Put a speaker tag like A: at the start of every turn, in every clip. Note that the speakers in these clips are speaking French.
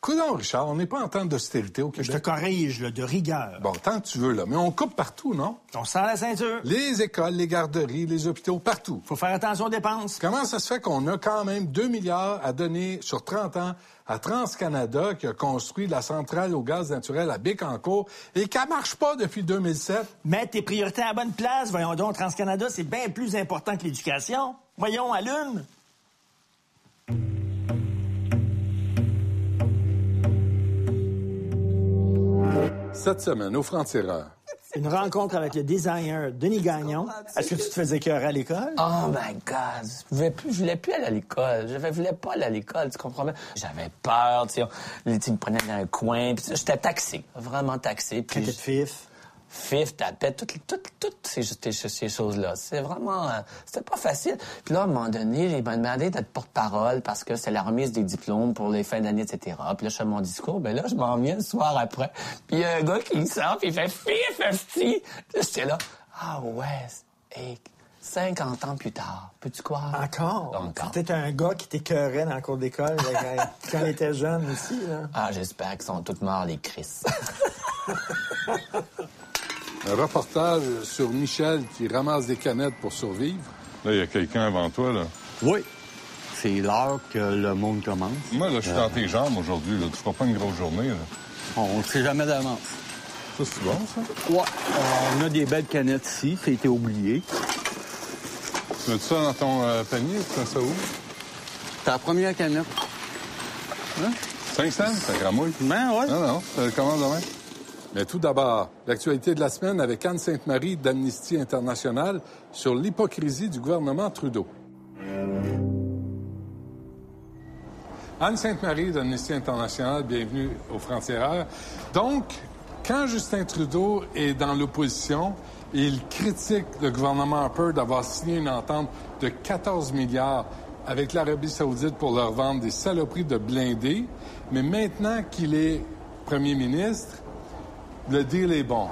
A: Coudon, Richard, on n'est pas en temps d'austérité au Québec.
B: Je te corrige, là, de rigueur.
A: Bon, tant que tu veux, là. Mais on coupe partout, non?
B: On sent la ceinture.
A: Les écoles, les garderies, les hôpitaux, partout.
B: Faut faire attention aux dépenses.
A: Comment ça se fait qu'on a quand même 2 milliards à donner sur 30 ans à TransCanada qui a construit la centrale au gaz naturel à Bécancour et qui marche pas depuis 2007?
B: Mettre tes priorités à la bonne place. Voyons donc, TransCanada, c'est bien plus important que l'éducation. Voyons, allume.
A: Cette semaine, au franc-tireur.
B: Une rencontre avec le designer Denis Gagnon. Ah, Est-ce que tu te faisais cœur à l'école?
C: Oh my God! Je pouvais plus, je voulais plus aller à l'école. Je voulais pas aller à l'école, tu comprends bien? J'avais peur, tu sais. on- Tu me prenais dans un coin. puis J'étais taxé, vraiment taxé. Puis
B: T'étais de
C: je-
B: fif.
C: fif, tapette, toutes, toutes, toutes ces, ces- ces choses-là. C'est vraiment... euh, c'était pas facile. Puis là, à un moment donné, ils m'ont demandé d'être porte-parole parce que c'est la remise des diplômes pour les fins d'année, etc. Puis là, je fais mon discours. Ben là, je m'en viens le soir après. Puis il y a un gars qui sort, puis il fait « Fif, esti! » Puis là, J'étais là. Ah ouais, c'est- hey, 50 ans plus tard. Peux-tu croire?
B: Encore?
C: Encore.
B: T'étais un gars qui t'écœurait dans la cour d'école là, quand- quand il était jeune aussi. Là.
C: Ah, j'espère qu'ils sont toutes morts, les Chris.
A: Un reportage sur Michel qui ramasse des canettes pour survivre.
D: Là, il y a quelqu'un avant toi, là.
E: Oui. C'est l'heure que le monde commence.
D: Moi, là, je suis dans tes jambes aujourd'hui, là. Tu feras pas une grosse journée, là.
E: On ne sait jamais d'avance.
D: Ça, c'est bon, ça?
E: Ouais. Euh, on a des belles canettes ici. Ça a été oublié.
D: Tu mets ça dans ton euh, panier? Tu mets ça où?
E: C'est la première canette.
D: 5 cents? Ça gramouille.
E: Ben, ouais.
D: Non, non, ça commence demain.
A: Mais tout d'abord, l'actualité de la semaine avec Anne Sainte-Marie d'Amnesty International sur l'hypocrisie du gouvernement Trudeau. Anne Sainte-Marie d'Amnesty International, bienvenue aux Frontières. Donc, quand Justin Trudeau est dans l'opposition, il critique le gouvernement Harper d'avoir signé une entente de 14 milliards avec l'Arabie saoudite pour leur vendre des saloperies de blindés. Mais maintenant qu'il est premier ministre, le deal est bon.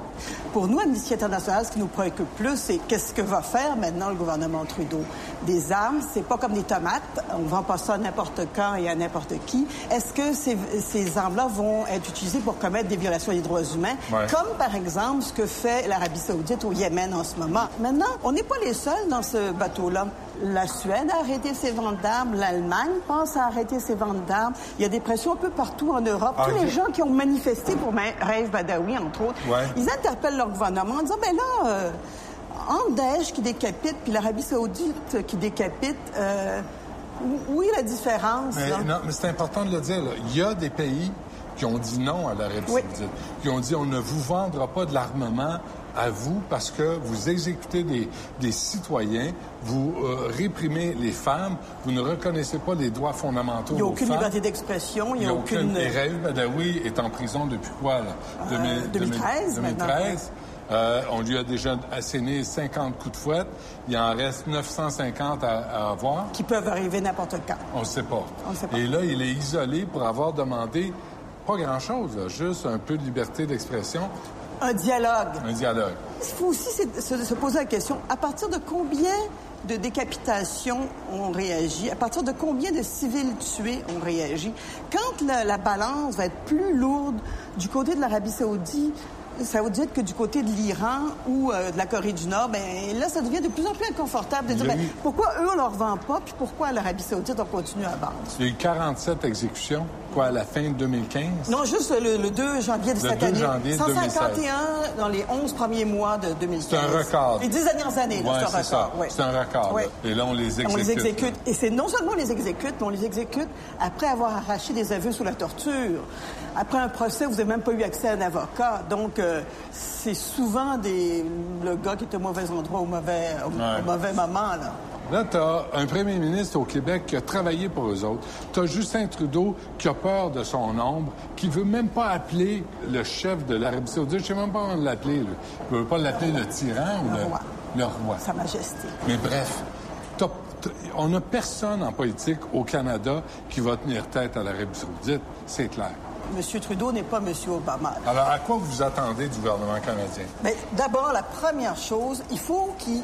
F: Pour nous, Amnesty International, ce qui nous préoccupe plus, c'est qu'est-ce que va faire maintenant le gouvernement Trudeau. Des armes, c'est pas comme des tomates. On vend pas ça à n'importe quand et à n'importe qui. Est-ce que ces, ces armes-là vont être utilisées pour commettre des violations des droits humains?
A: Ouais.
F: Comme, par exemple, ce que fait l'Arabie saoudite au Yémen en ce moment. Maintenant, on n'est pas les seuls dans ce bateau-là. La Suède a arrêté ses ventes d'armes. L'Allemagne pense à arrêter ses ventes d'armes. Il y a des pressions un peu partout en Europe.
A: Ah,
F: Tous
A: ok.
F: les gens qui ont manifesté pour Ma- Raif Badawi, entre autres,
A: Ouais.
F: ils interpellent leur gouvernement en disant, ben là, euh, entre Daesh qui décapite, puis l'Arabie saoudite qui décapite, euh, où- où est la différence?
A: Mais,
F: là?
A: non, mais c'est important de le dire. là. Il y a des pays qui ont dit non à l'arrêt
F: Oui.
A: saoudite, qui ont dit on ne vous vendra pas de l'armement à vous parce que vous exécutez des, des citoyens, vous euh, réprimez les femmes, vous ne reconnaissez pas les droits fondamentaux
F: Il n'y a
A: aux
F: aucune
A: femmes.
F: liberté d'expression, il n'y a, aucune...
A: Et Raif Badawi Ben est en prison depuis quoi, là?
F: Euh, 2013,
A: 2013.
F: maintenant.
A: Euh, on lui a déjà asséné 50 coups de fouette. Il en reste 950 à- à avoir.
F: qui peuvent arriver n'importe quand.
A: On ne sait pas.
F: On le sait pas.
A: Et là, il est isolé pour avoir demandé pas grand-chose, là, juste un peu de liberté d'expression,
F: Un dialogue.
A: un dialogue.
F: Il faut aussi se, se- se poser la question, à partir de combien de décapitations on réagit? À partir de combien de civils tués on réagit? Quand la, la balance va être plus lourde du côté de l'Arabie saoudite, saoudite que du côté de l'Iran ou euh, de la Corée du Nord, ben là, ça devient de plus en plus inconfortable de
A: Il y
F: dire
A: a
F: ben,
A: eu-
F: pourquoi eux, on leur vend pas, puis pourquoi l'Arabie saoudite, on continue à vendre.
A: Il y a eu 47 exécutions, quoi, à la fin de 2015.
F: Non, juste le, le 2 janvier de
A: Le
F: cette
A: 2
F: année.
A: janvier
F: 151 dans les 11 premiers mois de 2015.
A: C'est un record.
F: Les 10 dernières années, là,
A: Ouais,
F: c'est un
A: c'est
F: record.
A: ça.
F: ouais.
A: C'est un record,
F: Ouais.
A: là. Et là, on les exécute,
F: On les exécute.
A: là.
F: Et c'est non seulement on les exécute, mais on les exécute après avoir arraché des aveux sous la torture. Après un procès, vous n'avez même pas eu accès à un avocat. Donc, euh, c'est souvent des, le gars qui est au mauvais endroit au mauvais, au,
A: Ouais.
F: au mauvais moment. Là.
A: Là, tu un premier ministre au Québec qui a travaillé pour eux autres. Tu as Justin Trudeau qui a peur de son ombre, qui veut même pas appeler le chef de l'Arabie saoudite. Je sais même pas comment l'appeler. là. Il veut pas l'appeler le tyran ou
F: Le
A: le
F: roi.
A: Le roi.
F: Sa Majesté.
A: Mais bref, t'as- t'as- on n'a personne en politique au Canada qui va tenir tête à l'Arabie saoudite, c'est clair.
F: Monsieur Trudeau n'est pas Monsieur Obama. là.
A: Alors, à quoi vous vous attendez du gouvernement canadien?
F: Mais d'abord, la première chose, il faut qu'il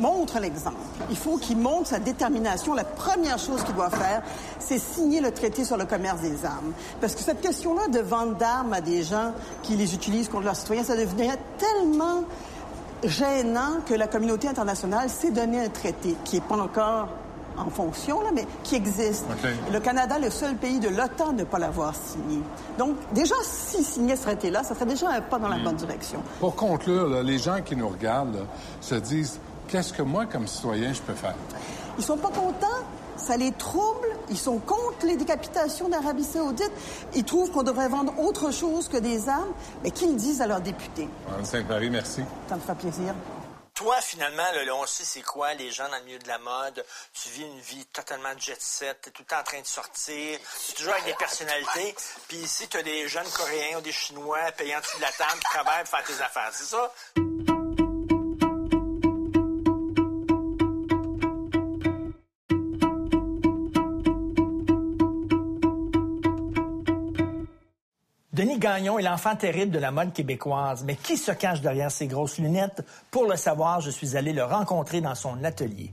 F: montre l'exemple. Il faut qu'il montre sa détermination. La première chose qu'il doit faire, c'est signer le traité sur le commerce des armes. Parce que cette question-là de vente d'armes à des gens qui les utilisent contre leurs citoyens, ça devenait tellement gênant que la communauté internationale s'est donné un traité qui n'est pas encore en fonction, là, mais qui existe.
A: OK.
F: Le Canada, le seul pays de l'OTAN à ne pas l'avoir signé. Donc, déjà, si signer ce traité-là, ça serait déjà un pas dans la bonne direction.
A: Pour conclure, là, les gens qui nous regardent là, se disent qu'est-ce que moi, comme citoyen, je peux faire?
F: Ils sont pas contents. Ça les trouble. Ils sont contre les décapitations d'Arabie Saoudite. Ils trouvent qu'on devrait vendre autre chose que des armes. Mais qu'ils disent à leurs députés.
A: Anne Sainte-Marie, merci.
F: Ça me fait plaisir.
B: Toi, finalement, là, là, on sait c'est quoi les gens dans le milieu de la mode. Tu vis une vie totalement jet-set, t'es tout le temps en train de sortir, t'es toujours avec des personnalités. Puis ici, t'as des jeunes Coréens ou des Chinois payant dessus de la table qui travaillent pour faire tes affaires, c'est ça? Denis Gagnon est l'enfant terrible de la mode québécoise, mais qui se cache derrière ses grosses lunettes? Pour le savoir, je suis allé le rencontrer dans son atelier.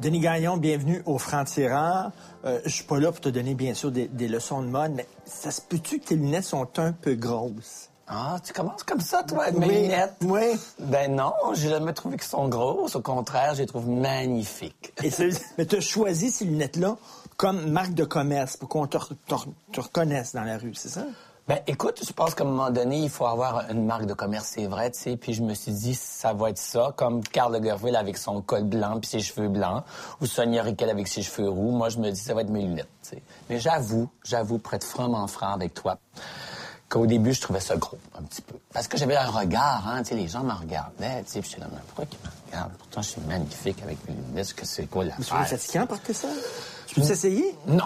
B: Denis Gagnon, bienvenue au Franc-Tireur. Euh, je suis pas là pour te donner, bien sûr, des, des leçons de mode, mais ça se peut-tu que tes lunettes sont un peu grosses?
C: Ah, tu commences comme ça, toi, avec mes lunettes?
B: Oui.
C: Ben non, j'ai jamais trouvé qu'elles sont grosses. Au contraire, je les trouve magnifiques.
B: Et c'est- mais tu as choisi ces lunettes-là comme marque de commerce pour qu'on te, re- te re- te reconnaisse dans la rue, c'est ça?
C: Ben, écoute, je pense qu'à un moment donné, il faut avoir une marque de commerce, c'est vrai, tu sais. Puis je me suis dit, ça va être ça, comme Karl Lagerfeld avec son col blanc puis ses cheveux blancs, ou Sonia Riquel avec ses cheveux roux. Moi, je me dis, ça va être mes lunettes, tu sais. Mais j'avoue, j'avoue, pour être franc en franc avec toi, qu'au début, je trouvais ça gros, un petit peu. Parce que j'avais un regard, hein, tu sais, les gens me regardaient, tu sais, puis j'étais là, mais pourquoi ils me regardent? Pourtant, je suis magnifique avec mes lunettes, Est-ce que c'est quoi la
B: Mais tu veux fatigant parce que ça? Je
C: Hmm.
B: peux essayer?
C: Non.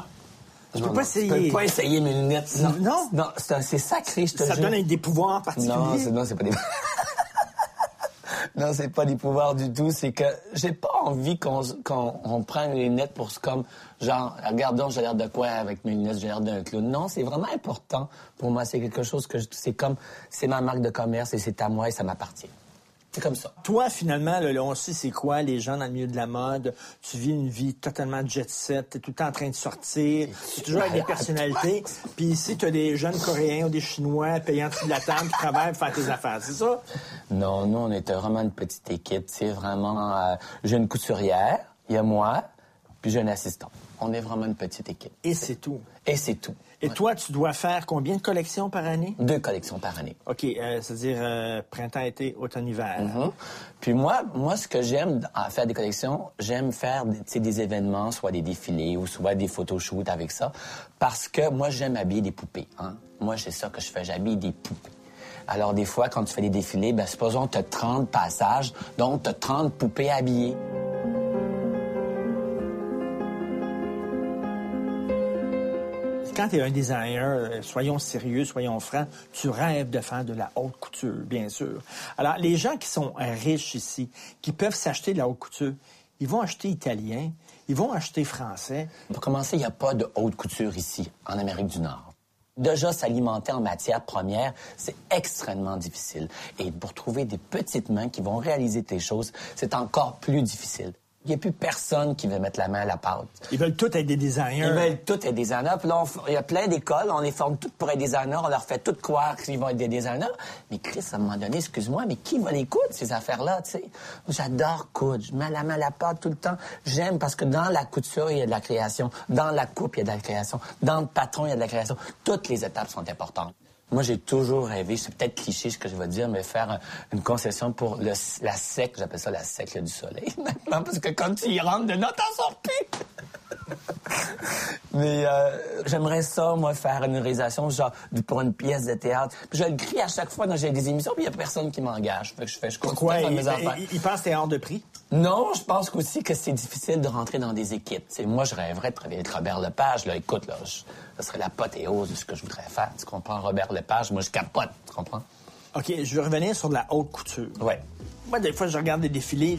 B: Je
C: Non,
B: peux pas
C: non,
B: essayer.
C: Je peux pas essayer mes lunettes. Non.
B: Non.
C: Non, c'est un- c'est sacré, je te
B: Ça
C: jure.
B: donne des pouvoirs
C: Non, c'est,
B: particuliers.
C: non, c'est pas des. non, c'est pas des pouvoirs du tout. C'est que j'ai pas envie qu'on, s- qu'on on prenne les lunettes pour ce comme genre, regarde donc, j'ai l'air de quoi avec mes lunettes, j'ai l'air d'un clown. Non, c'est vraiment important pour moi. C'est quelque chose que je- c'est comme, c'est ma marque de commerce et c'est à moi et ça m'appartient. C'est comme ça.
B: Toi, finalement, là, là, on sait c'est quoi les gens dans le milieu de la mode. Tu vis une vie totalement jet-set, t'es tout le temps en train de sortir, t'es toujours avec des personnalités. Puis ici, t'as des jeunes Coréens ou des Chinois payant dessus de la table qui travaillent pour faire tes affaires, c'est ça?
C: Non, nous, on était vraiment une petite équipe. C'est vraiment. euh, j'ai une couturière, il y a moi, puis j'ai un assistant. On est vraiment une petite équipe.
B: Et c'est tout.
C: Et c'est tout.
B: Et toi, tu dois faire combien de collections par année?
C: Deux collections par année.
B: OK, euh, c'est-à-dire euh, printemps, été, automne, hiver.
C: Mhm. Puis moi, moi, ce que j'aime à faire des collections, j'aime faire tu sais, des événements, soit des défilés ou soit des photoshoots avec ça, parce que moi, j'aime habiller des poupées. Hein. Moi, c'est ça que je fais, j'habille des poupées. Alors, des fois, quand tu fais des défilés, ben, supposons que tu as 30 passages, donc tu as 30 poupées habillées.
B: Quand tu es un designer, euh, soyons sérieux, soyons francs, tu rêves de faire de la haute couture, bien sûr. Alors, les gens qui sont euh, riches ici, qui peuvent s'acheter de la haute couture, ils vont acheter italien, ils vont acheter français.
C: Pour commencer, il n'y a pas de haute couture ici, en Amérique du Nord. Déjà, s'alimenter en matière première, c'est extrêmement difficile. Et pour trouver des petites mains qui vont réaliser tes choses, c'est encore plus difficile. Il n'y a plus personne qui veut mettre la main à la pâte.
B: Ils veulent tous être des designers.
C: Ils veulent tous être des anneaux. Puis là, on f- il y a plein d'écoles, on les forme toutes pour être des anneaux, on leur fait toutes croire qu'ils vont être des designers. Mais Chris, à un moment donné, excuse-moi, mais qui va les coudre, ces affaires-là, tu sais? J'adore coudre, je mets la main à la pâte tout le temps. J'aime parce que dans la couture, il y a de la création. Dans la coupe, il y a de la création. Dans le patron, il y a de la création. Toutes les étapes sont importantes. Moi, j'ai toujours rêvé, c'est peut-être cliché ce que je vais dire, mais faire un- une concession pour le- la sec, j'appelle ça la sec là, du soleil maintenant, parce que quand tu y rentres dedans, t'en sors plus! Mais euh, j'aimerais ça, moi, faire une réalisation genre du- pour une pièce de théâtre. Puis je le crie à chaque fois quand j'ai des émissions, puis il n'y a personne qui m'engage. Fait que je fais, je cours tout
B: Pourquoi?
C: le temps
B: Ils,
C: dans mes affaires.
B: ils- ils pensent que t'es hors de prix.
C: Non, je pense aussi que c'est difficile de rentrer dans des équipes. Tu sais, moi, je rêverais de travailler avec Robert Lepage. Là, écoute, là, je- ça serait l'apothéose de ce que je voudrais faire. Tu comprends? Robert Lepage, moi, je capote. Tu comprends?
B: OK, je veux revenir sur de la haute couture.
C: Ouais.
B: Moi, des fois, je regarde des défilés.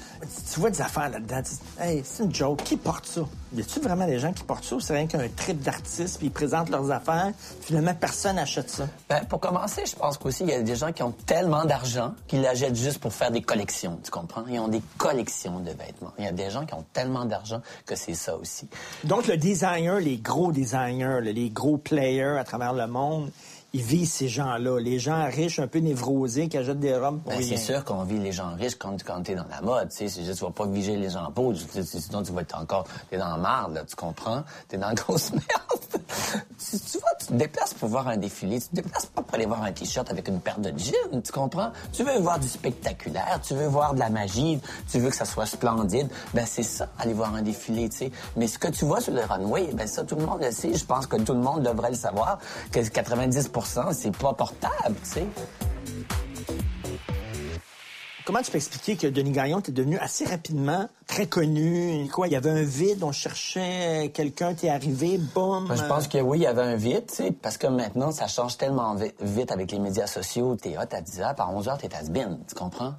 B: Tu vois des affaires là-dedans. Tu dis, hey, c'est une joke. Qui porte ça? Y a-tu vraiment des gens qui portent ça ou c'est rien qu'un trip d'artistes puis ils présentent leurs affaires? Finalement, personne n'achète ça.
C: Ben, pour commencer, je pense qu'aussi, il y a des gens qui ont tellement d'argent qu'ils l'achètent juste pour faire des collections, tu comprends? Ils ont des collections de vêtements. Il y a des gens qui ont tellement d'argent que c'est ça aussi.
B: Donc, le designer, les gros designers, là, les gros players à travers le monde, ils visent ces gens-là. Les gens riches, un peu névrosés, qui achètent des robes pour
C: Ben,
B: rien.
C: c'est sûr qu'on vit les gens riches quand, quand t'es dans la mode, tu sais. C'est juste, tu vas pas viger les gens pauvres, tu- tu- sinon tu vas être encore, t'es dans la marde, là, tu comprends? T'es dans la grosse merde. tu, tu vois, tu te déplaces pour voir un défilé, tu te déplaces pas pour aller voir un t-shirt avec une paire de jeans, tu comprends? Tu veux voir du spectaculaire, tu veux voir de la magie, tu veux que ça soit splendide. Ben, c'est ça, aller voir un défilé, tu sais. Mais ce que tu vois sur le runway, ben, ça, tout le monde le sait. Je pense que tout le monde devrait le savoir, que 90 c'est pas portable, tu sais.
B: Comment tu peux expliquer que Denis Gagnon t'es devenu assez rapidement très connu? Quoi, il y avait un vide, on cherchait quelqu'un, t'es arrivé, boum.
C: Moi, Ben, je pense que oui, il y avait un vide, tu sais, parce que maintenant, ça change tellement vi- vite avec les médias sociaux. T'es hot à 10 heures, par 11 heures, t'es à Sbin, tu comprends?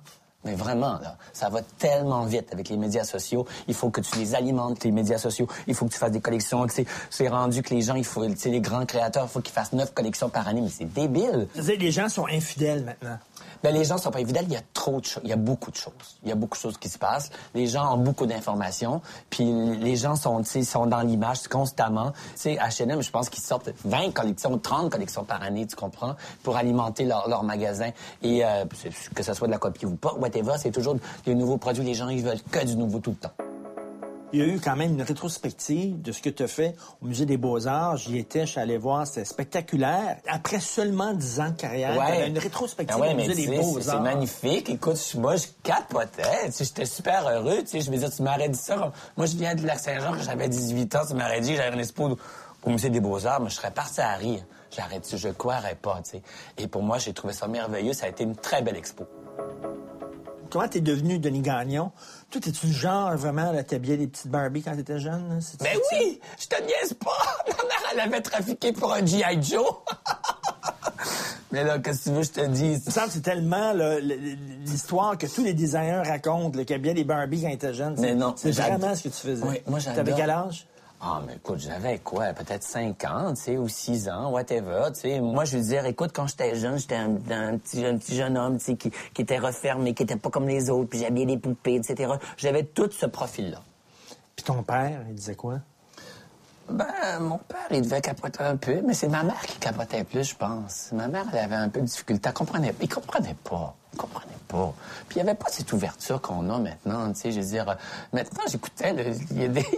C: Mais vraiment, là, ça va tellement vite avec les médias sociaux. Il faut que tu les alimentes, les médias sociaux. Il faut que tu fasses des collections. tu sais. C'est rendu que les gens, il faut, tu sais, les grands créateurs, il faut qu'ils fassent neuf collections par année. Mais c'est débile.
B: Je veux dire, les gens sont infidèles maintenant.
C: Ben, les gens sont pas évidents. Il y a trop de choses. Il y a beaucoup de choses. Il y a beaucoup de choses qui se passent. Les gens ont beaucoup d'informations. Puis les gens sont, tu sais, sont dans l'image constamment. Tu sais, H&M, je pense qu'ils sortent 20 collections, 30 collections par année, tu comprends, pour alimenter leur, leur magasin. Et euh, c'est- que ce soit de la copie ou pas, whatever, c'est toujours des nouveaux produits. Les gens, ils veulent que du nouveau tout le temps.
B: Il y a eu quand même une rétrospective de ce que tu as fait au Musée des Beaux-Arts. J'y étais, je suis allé voir, c'était spectaculaire. Après seulement 10 ans de carrière, il y a une rétrospective
C: Ben Ah ouais,
B: au
C: mais
B: Musée
C: tu
B: des
C: sais, c'est- C'est
B: Beaux-Arts.
C: magnifique. Écoute, je- moi, je capotais. Tu sais, J'étais super heureux. Tu sais, je me disais, tu m'aurais dit ça. comme- Moi, je viens de Lac-Saint-Jean, quand j'avais 18 ans. Tu m'aurais dit que j'avais une expo au- au Musée des Beaux-Arts, mais je serais parti à rire. J'arrête, je croirais pas, tu sais. Et pour moi, j'ai trouvé ça merveilleux. Ça a été une très belle expo.
B: Comment t'es devenu Denis Gagnon? Toi, t'es-tu le genre vraiment à t'habiller des petites Barbie quand t'étais jeune? hein, là? C'est-tu
C: Mais
B: ça?
C: Ben oui, je te niaise pas. Ma mère, elle avait trafiqué pour un G.I. Joe. mais là, qu'est-ce que tu veux, que je te dis?
B: Il me semble que c'est tellement là, le- le- l'histoire que tous les designers racontent, le bien des Barbie quand t'étais jeune.
C: Mais
B: C'est-
C: non,
B: C'est
C: j'ad-
B: vraiment ce que tu faisais.
C: Oui, moi, j'adore.
B: T'avais quel âge?
C: Ah, mais écoute, j'avais quoi, peut-être 5 ans, tu sais, ou 6 ans, whatever, tu sais. Moi, je veux dire, écoute, quand j'étais jeune, j'étais un, un petit, un petit jeune homme, tu sais, qui, qui était refermé, qui était pas comme les autres, puis j'habillais des poupées, etc. J'avais tout ce profil-là.
B: Puis ton père, il disait quoi?
C: Ben, mon père, il devait capoter un peu, mais c'est ma mère qui capotait plus, je pense. Ma mère, elle avait un peu de difficulté. Elle comprenait, il comprenait pas. Il comprenait pas. Puis il n'y avait pas cette ouverture qu'on a maintenant, tu sais. Je veux dire, euh, maintenant, j'écoutais, le- il y, a des-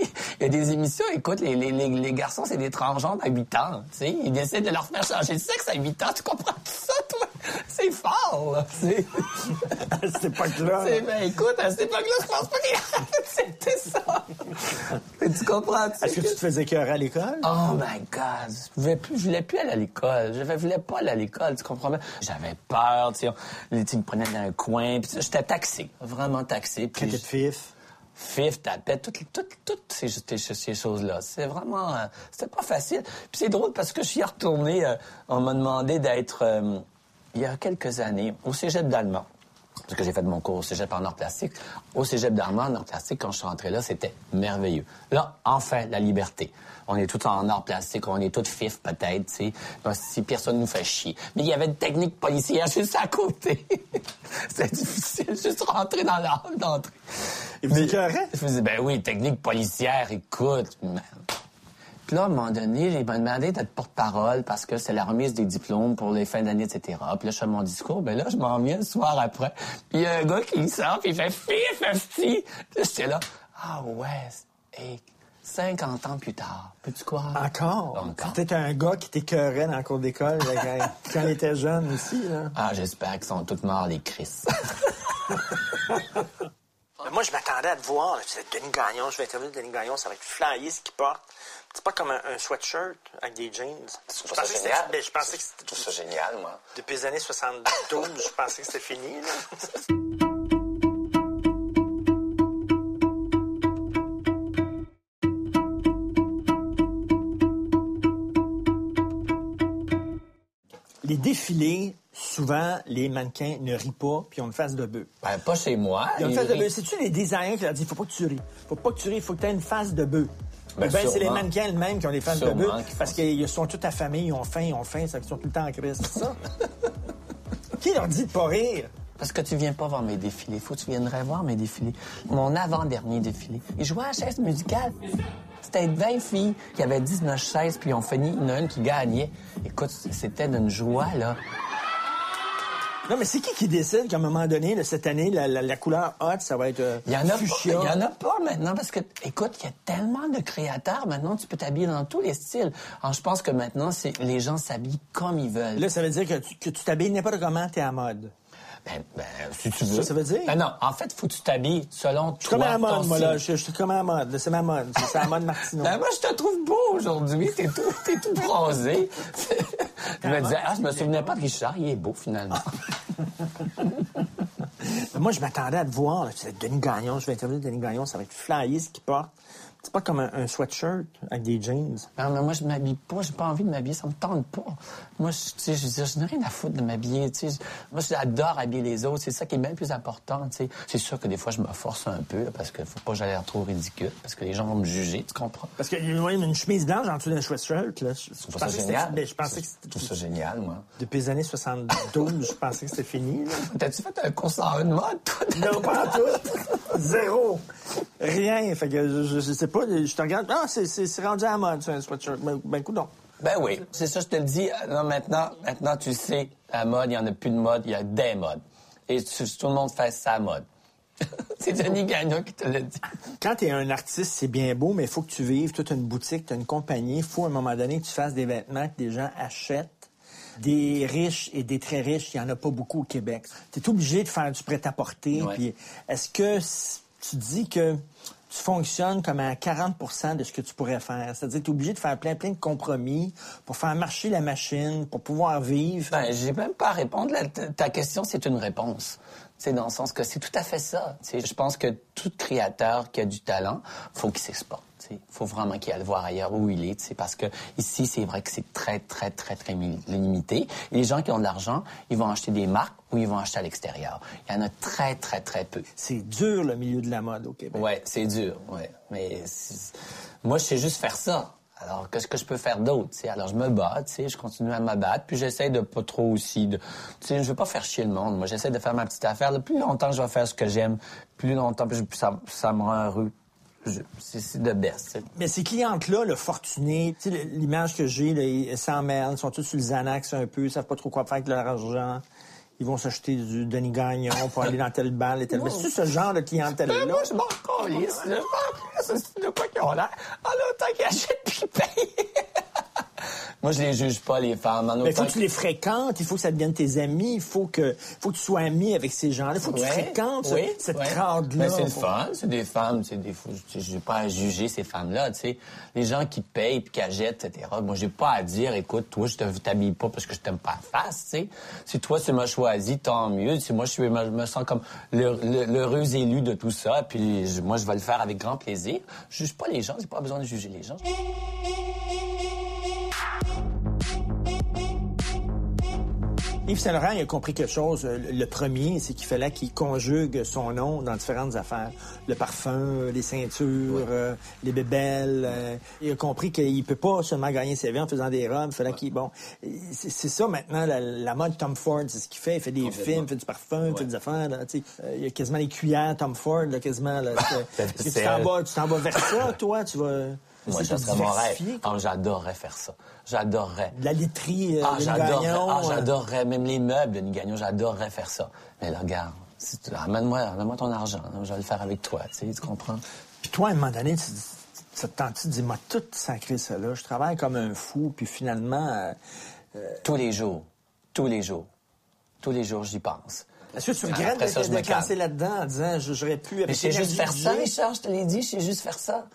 C: il y a des émissions, écoute, les, les- les- les garçons, c'est des transgenres à 8 ans, tu sais. Ils décident de leur faire changer de sexe à 8 ans. Tu comprends tout ça, toi? C'est fort, là, tu sais.
B: C'était pas clair.
C: C'est- ben, écoute, à cette époque-là, je pense pas qu'il c'était ça. tu comprends?
B: Est-ce que tu te faisais cœur à l'école?
C: Oh my God! Je pouvais plus, je voulais plus aller à l'école. Je voulais pas aller à l'école, tu comprends bien? J'avais peur, tu sais. on- Tu me prenais dans un coin, puis ça, j'étais taxé, vraiment taxé. Puis
B: T'étais de fif.
C: fif, tapette, toutes, toutes, toutes ces, ces- ces choses-là. C'est vraiment, euh, c'était pas facile. Puis c'est drôle parce que je suis retourné, euh, on m'a demandé d'être, euh, il y a quelques années, au cégep d'allemand. Parce que j'ai fait mon cours au cégep en art plastique. Au cégep d'allemand, en art plastique, quand je suis rentré là, c'était merveilleux. Là, enfin, la liberté. On est tous en art plastique, on est tous fif, peut-être, tu sais. Ben, si personne nous fait chier. Mais il y avait une technique policière juste à côté. c'était difficile, juste rentrer dans la hall d'entrée.
B: Il vous
C: Mais-
B: écœurait?
C: Je me disais, ben oui, technique policière, écoute. man. Puis là, à un moment donné, il m'a demandé d'être porte-parole parce que c'est la remise des diplômes pour les fins d'année, etc. Puis là, je fais mon discours, ben là, je m'en viens le soir après. Puis il y a un gars qui sort, puis il fait « Fif, fifty! » Puis j'étais là, « Ah ouais, c'est- hey, 50 ans plus tard, peux-tu croire? »
B: Encore?
C: Encore.
B: T'étais un gars qui t'écœurait dans la cour d'école là, quand quand il était jeune aussi. Là.
C: Ah, j'espère qu'ils sont toutes morts, les Chris.
B: Moi, je m'attendais à te voir. C'est Denis Gagnon. Je vais interviewer Denis Gagnon. Ça va être flyé ce qu'il porte. C'est pas comme un, sweatshirt avec des jeans.
C: Je ça pensais que c'était- génial?
B: je pensais que
C: Je trouve ça génial, moi.
B: depuis les années 72, je pensais que c'était fini. Les défilés souvent, les mannequins ne rient pas, puis ont une face de bœuf.
C: Ben, pas chez moi.
B: Ils ont une face de
C: Il-
B: bœuf. C'est-tu les designers qui leur disent, faut pas que tu ries. Faut pas que tu ries, faut que tu aies une face de bœuf.
C: Ben,
B: Ben, c'est les
C: sûrement.
B: mannequins eux-mêmes qui ont des faces de
C: Sûrement
B: bœuf
C: qu'ils font
B: parce
C: ça.
B: qu'ils sont tous affamés, ils ont faim, ils ont faim, ça, ils sont tout le temps en crise. C'est ça? qui leur dit de pas rire?
C: Parce que tu viens pas voir mes défilés. Faut que tu viendrais voir mes défilés. Mon avant-dernier défilé. Ils jouaient à la chaise musicale. C'était 20 filles qui avaient 19 chaises, puis on finit, il y en a une qui gagnait. Écoute, c'était d'une joie, là.
B: Non, mais c'est qui qui décide qu'à un moment donné, là, cette année, la, la- la couleur hot, ça va être euh,
C: Il y en a
B: fuchsia?
C: pas, il y en a pas maintenant parce que écoute, il y a tellement de créateurs maintenant, tu peux t'habiller dans tous les styles. Alors, je pense que maintenant c'est les gens s'habillent comme ils veulent.
B: Là, ça veut dire que tu, que tu t'habilles n'importe comment, t'es à mode.
C: Ben, ben, si tu veux.
B: Ça, ça veut dire?
C: Ben non, en fait, faut que tu t'habilles selon
B: Je suis
C: toi.
B: comme à la
C: ton
B: mode, moi,
C: style.
B: là. Je, je suis comme à la mode. là. C'est ma mode. C'est- C'est la mode Martineau.
C: Ben, moi, je te trouve beau aujourd'hui. T'es tout, t'es tout bronzé. je me disais, ah, je me souvenais pas de Richard. Il est beau, finalement.
B: Ah. Moi, je m'attendais à te voir. là. C'est Denis Gagnon. Je vais interviewer Denis Gagnon. Ça va être flyé, ce qu'il porte. C'est pas comme un, un sweatshirt avec des jeans.
C: Non, mais moi, je m'habille pas. J'ai pas envie de m'habiller. Ça me tente pas. Moi, je, tu sais, je veux dire, je n'ai rien à foutre de m'habiller. tu sais. Moi, j'adore habiller les autres. C'est ça qui est bien plus important. tu sais. C'est sûr que des fois, je me force un peu là, parce que faut pas que j'aille l'air trop ridicule parce que les gens vont me juger. Tu comprends?
B: Parce qu'il y a une chemise blanche en dessous d'un sweatshirt. Là. Je,
C: Je
B: je
C: trouve ça
B: pensais que c'était-
C: génial.
B: ben, je pensais que
C: Je trouve ça
B: c'était...
C: génial, moi.
B: Depuis les années 72, je pensais que c'était fini. là.
C: T'as-tu fait un cours en une mode, toi?
B: Non, pas en tout. Zéro. Rien. Fait que je, je- je sais pas. Je te regarde. Ah, c'est- c'est c'est rendu à la mode, ça, un sweatshirt. Ben, ben coudonc.
C: Ben oui, c'est ça, je te le dis. Euh, Non, maintenant, maintenant, tu sais, la mode, il n'y en a plus de mode, il y a des modes. Et tu- tout le monde fait sa mode. c'est Denis Gagnon qui te l'a dit.
B: Quand t'es un artiste, c'est bien beau, mais il faut que tu vives toute une boutique, t'as une compagnie. Il faut à un moment donné que tu fasses des vêtements que des gens achètent. Des riches et des très riches, il n'y en a pas beaucoup au Québec. T'es obligé de faire du prêt-à-porter.
C: Ouais.
B: puis Est-ce que s- tu dis que tu fonctionnes comme à 40 de ce que tu pourrais faire? C'est-à-dire que tu es obligé de faire plein, plein de compromis pour faire marcher la machine, pour pouvoir vivre.
C: Ben, j'ai même pas à répondre. là. Ta- ta question, c'est une réponse. C'est dans le sens que c'est tout à fait ça. Tu sais, je pense que tout créateur qui a du talent, faut qu'il s'exporte. tu sais. faut vraiment qu'il aille voir ailleurs où il est. tu sais, Parce que ici, c'est vrai que c'est très, très, très, très mi- limité. Et les gens qui ont de l'argent, ils vont acheter des marques ou ils vont acheter à l'extérieur. Il y en a très, très, très peu.
B: C'est dur, le milieu de la mode au Québec.
C: Ouais, c'est dur, ouais. Mais c'est- moi, je sais juste faire ça. Alors, qu'est-ce que je peux faire d'autre, tu sais? Alors, je me bats, tu sais, je continue à m'abattre, puis j'essaie de pas trop aussi de... Tu sais, je veux pas faire chier le monde. Moi, j'essaie de faire ma petite affaire. Le plus longtemps que je vais faire ce que j'aime, plus longtemps, puis je- plus ça, ça me rend heureux. Je- C'est c'est de best, tu sais.
B: Mais ces clientes-là, le fortuné, tu sais, le- l'image que j'ai, là, ils s'emmerdent, ils sont tous sur le Xanax un peu, ils savent pas trop quoi faire avec leur argent. Ils vont s'acheter du Denis Gagnon pour aller dans telle balle et telle. Mais c'est ce genre de clientèle-là.
C: Ben, moi, je m'en calisse, là. Je m'en calisse, c'est de quoi qu'ils ont l'air. En autant qu'ils achètent, puis ils payent. moi, je les juge pas, les femmes. En
B: Mais il faut
C: autant
B: que tu les fréquentes, il faut que ça devienne tes amis, il faut que, faut que tu sois ami avec ces gens-là, il faut que tu
C: Ouais,
B: fréquentes
C: oui,
B: cette
C: ouais.
B: crowd-là.
C: Ben, c'est le
B: Faut-
C: fun, c'est des femmes, c'est des fous. Je j'ai pas à juger ces femmes-là, tu sais. Les gens qui payent puis qui achètent, etc. Moi, j'ai pas à dire, écoute, toi, je te- t'habille pas parce que je t'aime pas la face, tu sais. Si toi, tu m'as choisi, tant mieux. Si moi, je, suis, je me sens comme le- le- l'heureux élu de tout ça, puis je- moi, je vais le faire avec grand plaisir. Je juge pas les gens, j'ai pas besoin de juger les gens.
B: Yves Saint Laurent il a compris quelque chose. Euh, Le premier, c'est qu'il fallait qu'il conjugue son nom dans différentes affaires. Le parfum, les ceintures, euh, les bébelles. euh, il a compris qu'il peut pas seulement gagner ses vies en faisant des robes. Il fallait qu'il... Bon, c'est c'est ça maintenant, la, la mode Tom Ford, c'est ce qu'il fait. Il fait des films, il fait du parfum, il fait des affaires. là, tu sais. Euh, il y a quasiment les cuillères Tom Ford, là, quasiment. là. C'est-
C: La
B: tu
C: vaisselle.
B: t'en vas- tu t'en vas vers ça, toi? Tu vas...
C: Moi,
B: essayer
C: ça
B: de
C: serait mon rêve.
B: diversifier,
C: Ah, j'adorerais faire ça. J'adorerais.
B: La literie, euh,
C: Ah,
B: Denis
C: j'adorerais,
B: Gagnon,
C: ah,
B: euh,
C: j'adorerais même les meubles de Gagnon, j'adorerais faire ça. Mais là, regarde, si tu- amène-moi amène-moi ton argent, là, je vais le faire avec toi, tu sais, tu comprends?
B: Puis toi, à un moment donné, tu, tu te tentes, tu te dis, moi, tout sacré ça là. Je travaille comme un fou, puis finalement, euh,
C: Tous les jours, tous les jours, tous les jours, j'y pense.
B: est-ce que tu
C: Ah,
B: regrettes
C: après ça, je
B: de,
C: me
B: de te lancer
C: calme.
B: là-dedans en disant, je- j'aurais pu... avec
C: Mais c'est juste
B: l'énergie
C: faire
B: que
C: ça,
B: j'ai-
C: Richard, je te l'ai dit, c'est juste faire ça.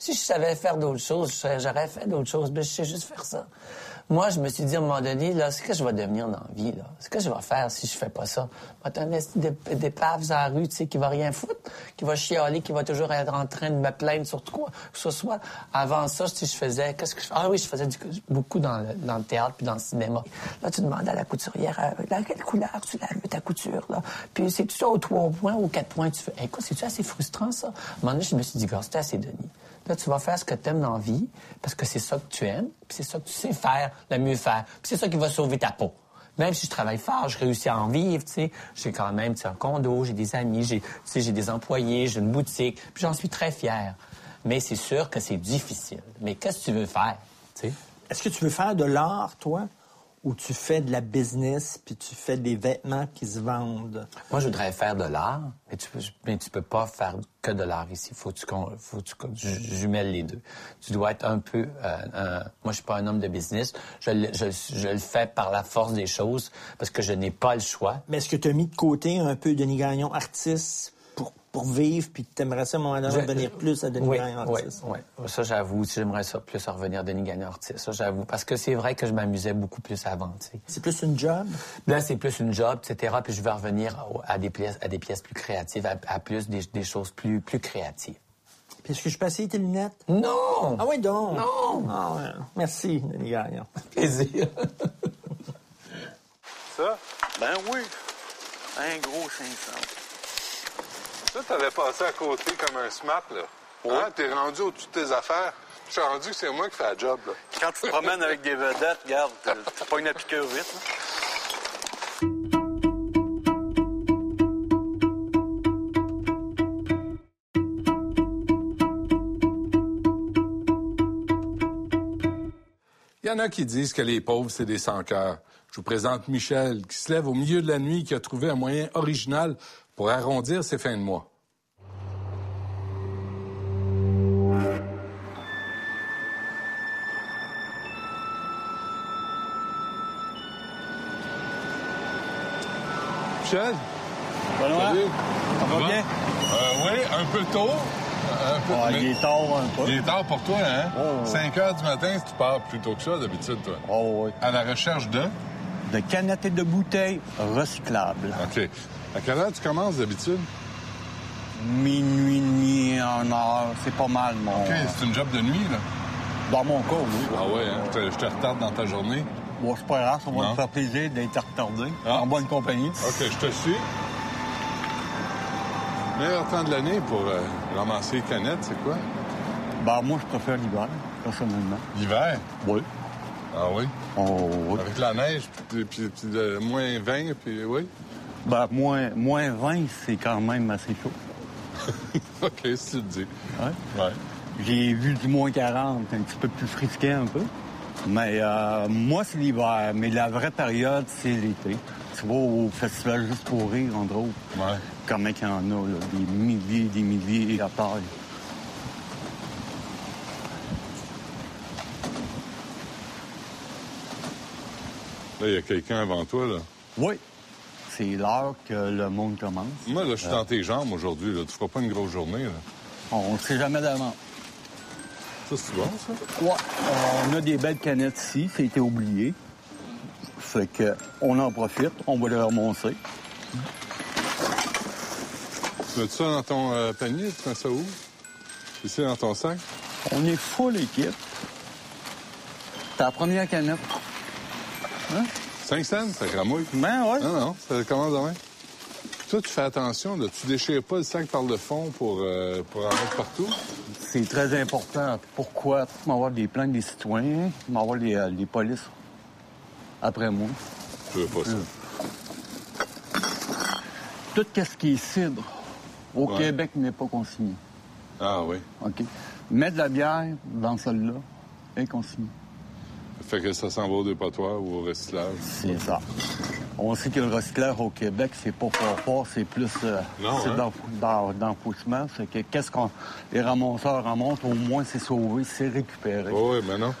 C: Si je savais faire d'autres choses, je serais- j'aurais fait d'autres choses, mais je sais juste faire ça. Moi, je me suis dit à un moment donné, là, c'est que je vais devenir dans la vie, là. C'est que je vais faire si je fais pas ça. Moi, t'as un esti d'ép- d'épave dans la rue, tu sais, qui va rien foutre, qui va chialer, qui va toujours être en train de me plaindre sur quoi que ce soit. Avant ça, si je faisais, qu'est-ce que je Ah oui, je faisais du- beaucoup dans le, dans le théâtre puis dans le cinéma. Là, tu demandais à la couturière, euh, là, quelle couleur tu la veux, ta couture, là. Puis c'est-tu ça aux trois points, aux quatre points, tu fais. Écoute, c'est-tu assez frustrant, ça? À un moment donné, je me suis dit, gars, c'était assez, Denis. Là, tu vas faire ce que tu aimes dans la vie, parce que c'est ça que tu aimes, puis c'est ça que tu sais faire, le mieux faire. Puis c'est ça qui va sauver ta peau. Même si je travaille fort, je réussis à en vivre, tu sais. J'ai quand même, tu sais, un condo, j'ai des amis, j'ai, tu sais, j'ai des employés, j'ai une boutique, puis j'en suis très fier. Mais c'est sûr que c'est difficile. Mais qu'est-ce que tu veux faire, tu sais?
B: Est-ce que tu veux faire de l'art, toi, ou tu fais de la business, puis tu fais des vêtements qui se vendent?
C: Moi, je voudrais faire de l'art, mais tu, peux- mais tu peux pas faire que de l'art ici. Faut que tu, con- faut que tu con- ju- jumelles les deux. Tu dois être un peu. euh, un- moi, je suis pas un homme de business. Je, le- je- je le fais par la force des choses parce que je n'ai pas le choix.
B: Mais est-ce que tu as mis de côté un peu Denis Gagnon, artiste, pour, pour vivre, puis tu aimerais ça, à un moment donné,
C: Je-
B: devenir plus à Denis
C: oui,
B: Gagnon,
C: oui,
B: artiste?
C: oui. Ça, j'avoue. Si j'aimerais ça plus en revenir Denis Gagnon artiste, ça, j'avoue. Parce que c'est vrai que je m'amusais beaucoup plus avant, tu sais.
B: C'est plus une job?
C: Là, c'est plus une job, etc. Puis je vais revenir à, à des, pièces, à des pièces plus créatives, à, à plus des, des choses plus, plus créatives.
B: Puis est-ce que je peux essayer tes lunettes?
C: Non!
B: Ah oui, donc!
C: Non!
B: Ah ouais. Merci, Denis Gagnon.
C: Plaisir.
G: Ça?
H: Ben oui, un gros 500.
G: Ça, t'avais passé à côté comme un smart, là. Hein? T'es rendu au-dessus de tes affaires. Je suis rendu que c'est moi qui fais la job, là.
H: Quand tu te promènes avec des vedettes, regarde, t'as t'as pas une piqûre vite. là.
I: Il y en a qui disent que les pauvres, c'est des sans-cœurs. Je vous présente Michel, qui se lève au milieu de la nuit, qui a trouvé un moyen original pour arrondir ses fins de mois. Michel?
E: Benoît,
I: Salut.
E: ça va bien?
I: Euh, oui, un peu tôt. Euh, un peu-
E: Ah,
I: mais-
E: il est tard un peu.
I: il est tard pour toi, hein?
E: Oh, ouais.
I: 5 heures du matin, si tu pars plus tôt que ça, d'habitude, toi.
E: Oh, oui.
I: À la recherche de...
E: De canettes et de bouteilles recyclables.
I: OK. À quelle heure tu commences d'habitude?
E: Minuit, demi, un heure, c'est pas mal, mon.
I: OK, c'est une job de nuit, là.
E: Dans mon cas, oui.
I: Ah ouais, hein? je, te, je te retarde dans ta journée.
E: Bon, c'est pas grave, ça va
I: Non.
E: me faire plaisir d'être retardé.
I: Ah.
E: En bonne compagnie.
I: OK, je te suis. Meilleur temps de l'année pour euh, ramasser les canettes, c'est quoi?
E: Ben, moi, je préfère l'hiver, personnellement.
I: L'hiver.
E: Oui.
I: Ah oui?
E: Oh, oui.
I: Avec la neige, puis, puis- puis le moins 20, puis oui.
E: Ben, moins, moins 20, c'est quand même assez chaud.
I: OK, si tu le dis.
E: Hein?
I: Ouais.
E: J'ai vu du moins 40, un petit peu plus frisqué un peu. Mais euh, moi, c'est l'hiver. Mais la vraie période, c'est l'été. Tu vas au festival juste pour rire, entre autres.
I: Ouais.
E: Comment qu'il y en a, là, des milliers, des milliers à taille.
I: Là, il y a quelqu'un avant toi, là.
E: Oui, c'est l'heure que le monde commence.
I: Moi, là, je suis dans tes jambes aujourd'hui, là. Tu feras pas une grosse journée, là.
E: On ne sait jamais d'avant.
I: Ça, c'est bon, ça?
E: Ouais, on a des belles canettes ici, ça a été oublié. Fait que on en profite, on va les remonter.
I: Tu mets ça dans ton euh, panier? Tu mets ça où? Ici, dans ton sac?
E: On est full équipe. Ta première canette.
I: 5 cents, ça gramouille.
E: Ben ouais.
I: Non, non, ça commence demain. Toi, tu fais attention, là. Tu déchires pas le sac par le fond pour, euh, pour en mettre partout.
E: C'est très important. Pourquoi? Pour m'avoir des plaintes des citoyens, m'avoir les, euh, les polices après moi.
I: Je veux pas ça.
E: Tout ce qui est cidre au
I: Ouais.
E: Québec n'est pas consigné.
I: Ah oui.
E: OK? Mettre de la bière dans celle-là est consigné.
I: Fait que ça s'en va au dépotoir ou au recyclage.
E: C'est ça. On sait que le recyclage au Québec, c'est pas fort fort, c'est plus euh,
I: Non,
E: c'est
I: hein?
E: d'enfou- d'en- d'enfouissement. C'est que qu'est-ce qu'on. Les ramasseurs remontent, au moins c'est sauvé, c'est récupéré.
I: Oh, oui, mais non.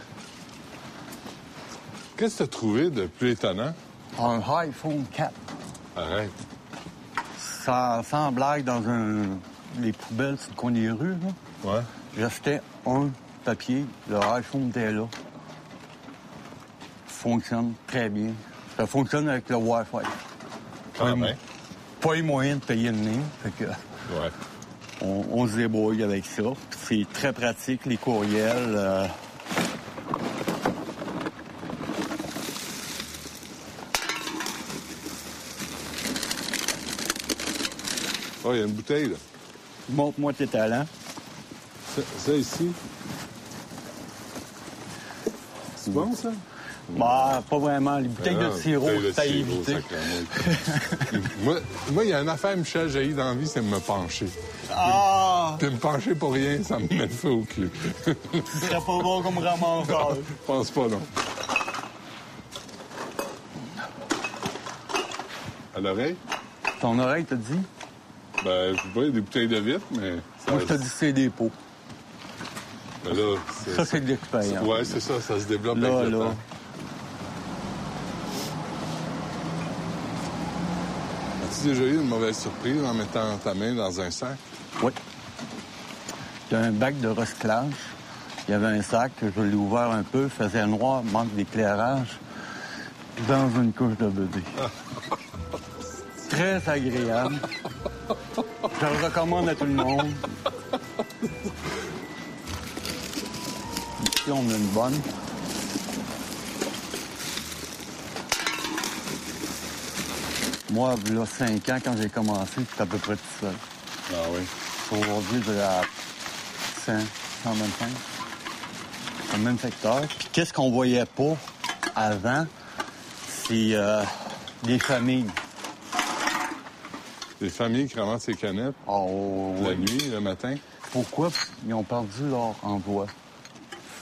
I: Qu'est-ce que t'as trouvé de plus étonnant?
E: Un iPhone 4,
I: Arrête.
E: ça, sans blague dans un, les poubelles sur le coin des rues, là.
I: Ouais.
E: J'achetais un papier, le iPhone était là. fonctionne très bien. Ça fonctionne avec le Wi-Fi.
I: Ah,
E: pas, eu-
I: ben.
E: pas eu moyen de payer le nez. Fait que
I: Ouais.
E: on, on se débrouille avec ça. Puis C'est très pratique, les courriels. euh.
I: Oh, il y a une bouteille, là.
E: Montre-moi tes talents.
I: Ça, ça, ici. C'est bon, ça?
E: Bah, pas vraiment. Les bouteilles de
I: Ah,
E: sirop,
I: bouteille de
E: c'est à
I: sirop,
E: éviter.
I: sacrément. moi, moi, il y a une affaire, Michel Jailly, dans la vie, c'est de me pencher.
E: Ah!
I: Puis me pencher pour rien, ça me met le feu au cul. Je
E: Ce serait pas bon comme ramasseur.
I: pense pas, non. À l'oreille?
E: Ton oreille t'a dit?
I: Ben, je sais pas, il y a des bouteilles de vitre, mais... ça-
E: Moi, je t'ai dit c'est des pots.
I: Ben là, c'est-
E: Ça, c'est de l'expérience.
I: Ouais, c'est ça, ça se développe
E: Là,
I: avec le
E: là.
I: temps. As-tu déjà eu une mauvaise surprise en mettant ta main dans un sac?
E: Oui. Il y a un bac de recyclage. Il y avait un sac, je l'ai ouvert un peu, faisait noir, manque d'éclairage, dans une couche de bébé. Très agréable. Je le recommande à tout le monde. Ici, on a une bonne. Moi, là, 5 ans, quand j'ai commencé, c'était à peu près tout seul.
I: Ah oui.
E: Aujourd'hui, de la 100, 125. C'est le même secteur. Puis qu'est-ce qu'on voyait pas avant? C'est euh, des familles.
I: Les familles qui ramassent ces canettes
E: Oh,
I: la nuit, le matin.
E: Pourquoi ils ont perdu leur emploi?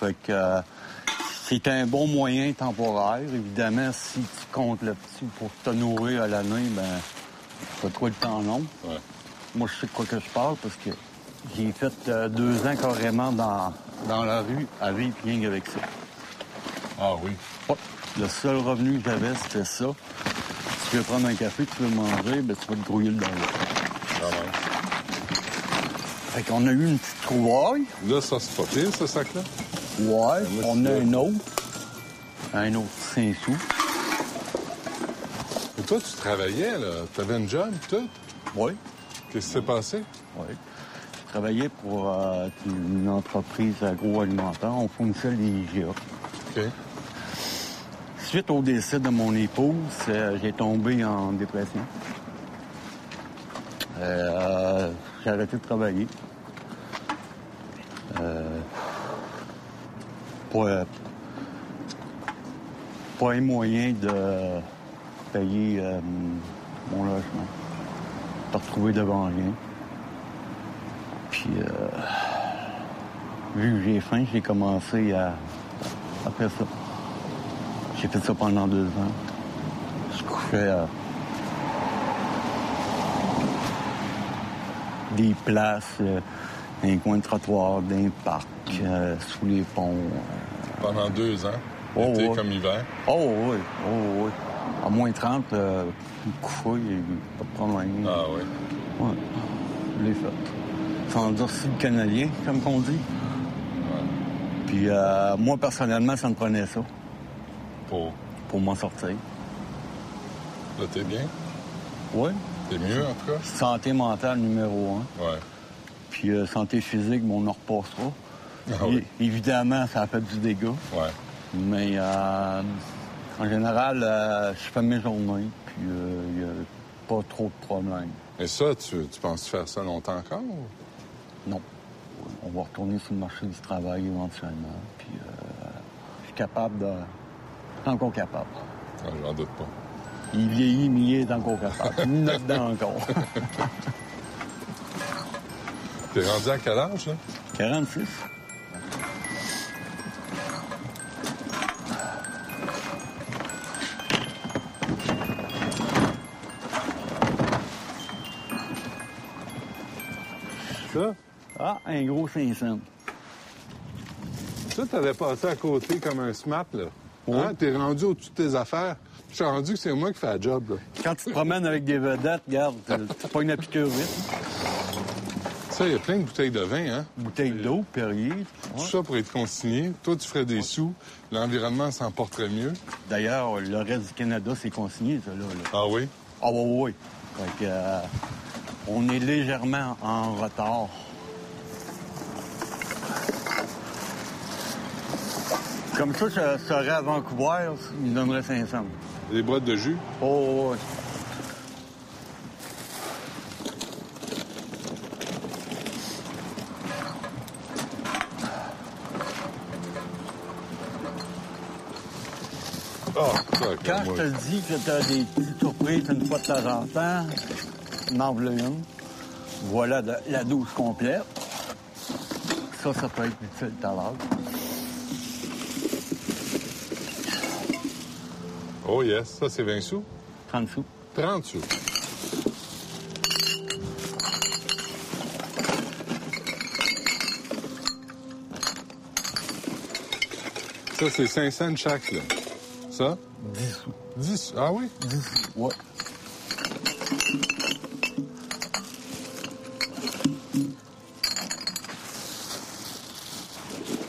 E: Fait que euh, c'est un bon moyen temporaire. Évidemment, si tu comptes le petit pour te nourrir à l'année, ben, t'as trop le temps long.
I: Ouais.
E: Moi, je sais de quoi que je parle parce que j'ai fait euh, deux ans carrément dans, dans la rue à vivre rien qu'avec ça.
I: Ah oui.
E: Hop, Le seul revenu que j'avais, c'était ça. Tu veux prendre un café, tu veux manger, ben, tu vas te grouiller le dans
I: Quand même.
E: Fait qu'on a eu une petite trouvaille.
I: Là, ça, c'est pas pire, ce sac-là.
E: Ouais,
I: moi,
E: on a
I: c'est-
E: un autre. Un autre 5 sous.
I: Et toi, tu travaillais, là. T'avais une job, tout.
E: Oui.
I: Qu'est-ce qui s'est passé?
E: Oui. Je travaillais pour euh, une entreprise agroalimentaire. On fournissait les IGA.
I: OK.
E: Suite au décès de mon épouse, euh, j'ai tombé en dépression. Euh, j'ai arrêté de travailler. Euh, pas, pas un moyen de payer euh, mon logement. De retrouver devant rien. Puis, euh, vu que j'ai faim, j'ai commencé à, à faire ça. J'ai fait ça pendant deux ans. Je couchais à des places, euh, dans un coin de trottoir, dans un parc, euh, sous les ponts.
I: Pendant deux ans.
E: Oh,
I: été
E: ouais.
I: comme hiver.
E: Oh oui, oh oui. À moins 30, euh, coucher, pas de problème.
I: Ah oui.
E: Ouais, je l'ai fait. Sans dire si le canadien, comme qu'on dit. Puis euh, moi, personnellement, ça me prenait ça
I: Pour.
E: pour m'en sortir.
I: Là, t'es bien.
E: Oui.
I: T'es mieux, en tout cas.
E: Santé mentale numéro un.
I: Ouais.
E: Puis euh, santé physique, bon, on en repassera.
I: Ah oui.
E: É- Évidemment, ça a fait du dégât.
I: Ouais.
E: Mais euh, en général, euh, je fais mes journées, puis il n'y a pas trop de problèmes.
I: Et ça, tu, tu penses faire ça longtemps encore? ou?
E: Non. On va retourner sur le marché du travail éventuellement. Puis euh, je suis capable de. je suis encore capable.
I: Ah, J'en doute pas.
E: Il vieillit, mais il est encore capable. Il note dedans encore.
I: T'es rendu à quel âge, là?
E: 46.
D: Ça,
E: Ah, un gros 500.
D: ça t'avais passé à côté comme un smap, là. Hein? T'es rendu au-dessus de tes affaires. Je suis rendu que c'est moi qui fais la job, là.
E: Quand tu te promènes avec des vedettes, regarde, t'es pas une piqûre vite.
I: Ça, il y a plein de bouteilles de vin, hein?
E: Bouteille d'eau, Perrier.
I: Tout ça pour être consigné. Toi, tu ferais des sous. L'environnement s'en porterait mieux.
E: D'ailleurs, le reste du Canada, c'est consigné, ça, là. là.
I: Ah oui?
E: Ah oui, oui. Fait que, euh, on est légèrement en retard. Comme ça, ça serait à Vancouver, il me donnerait 500.
I: Des boîtes de jus?
E: Oh, oui.
I: Ah, ça,
E: Quand je
I: moi.
E: te dis que t'as des petites surprises une fois de temps en temps, m'en voilà une. Voilà de- la douche complète. Ça, ça peut être utile tout à l'heure.
I: Oh yes, ça, c'est 20 sous.
E: 30 sous.
I: 30 sous. Ça, c'est 500 de chaque, là. Ça?
E: 10 sous.
I: 10. Ah oui?
E: 10 sous. Ouais.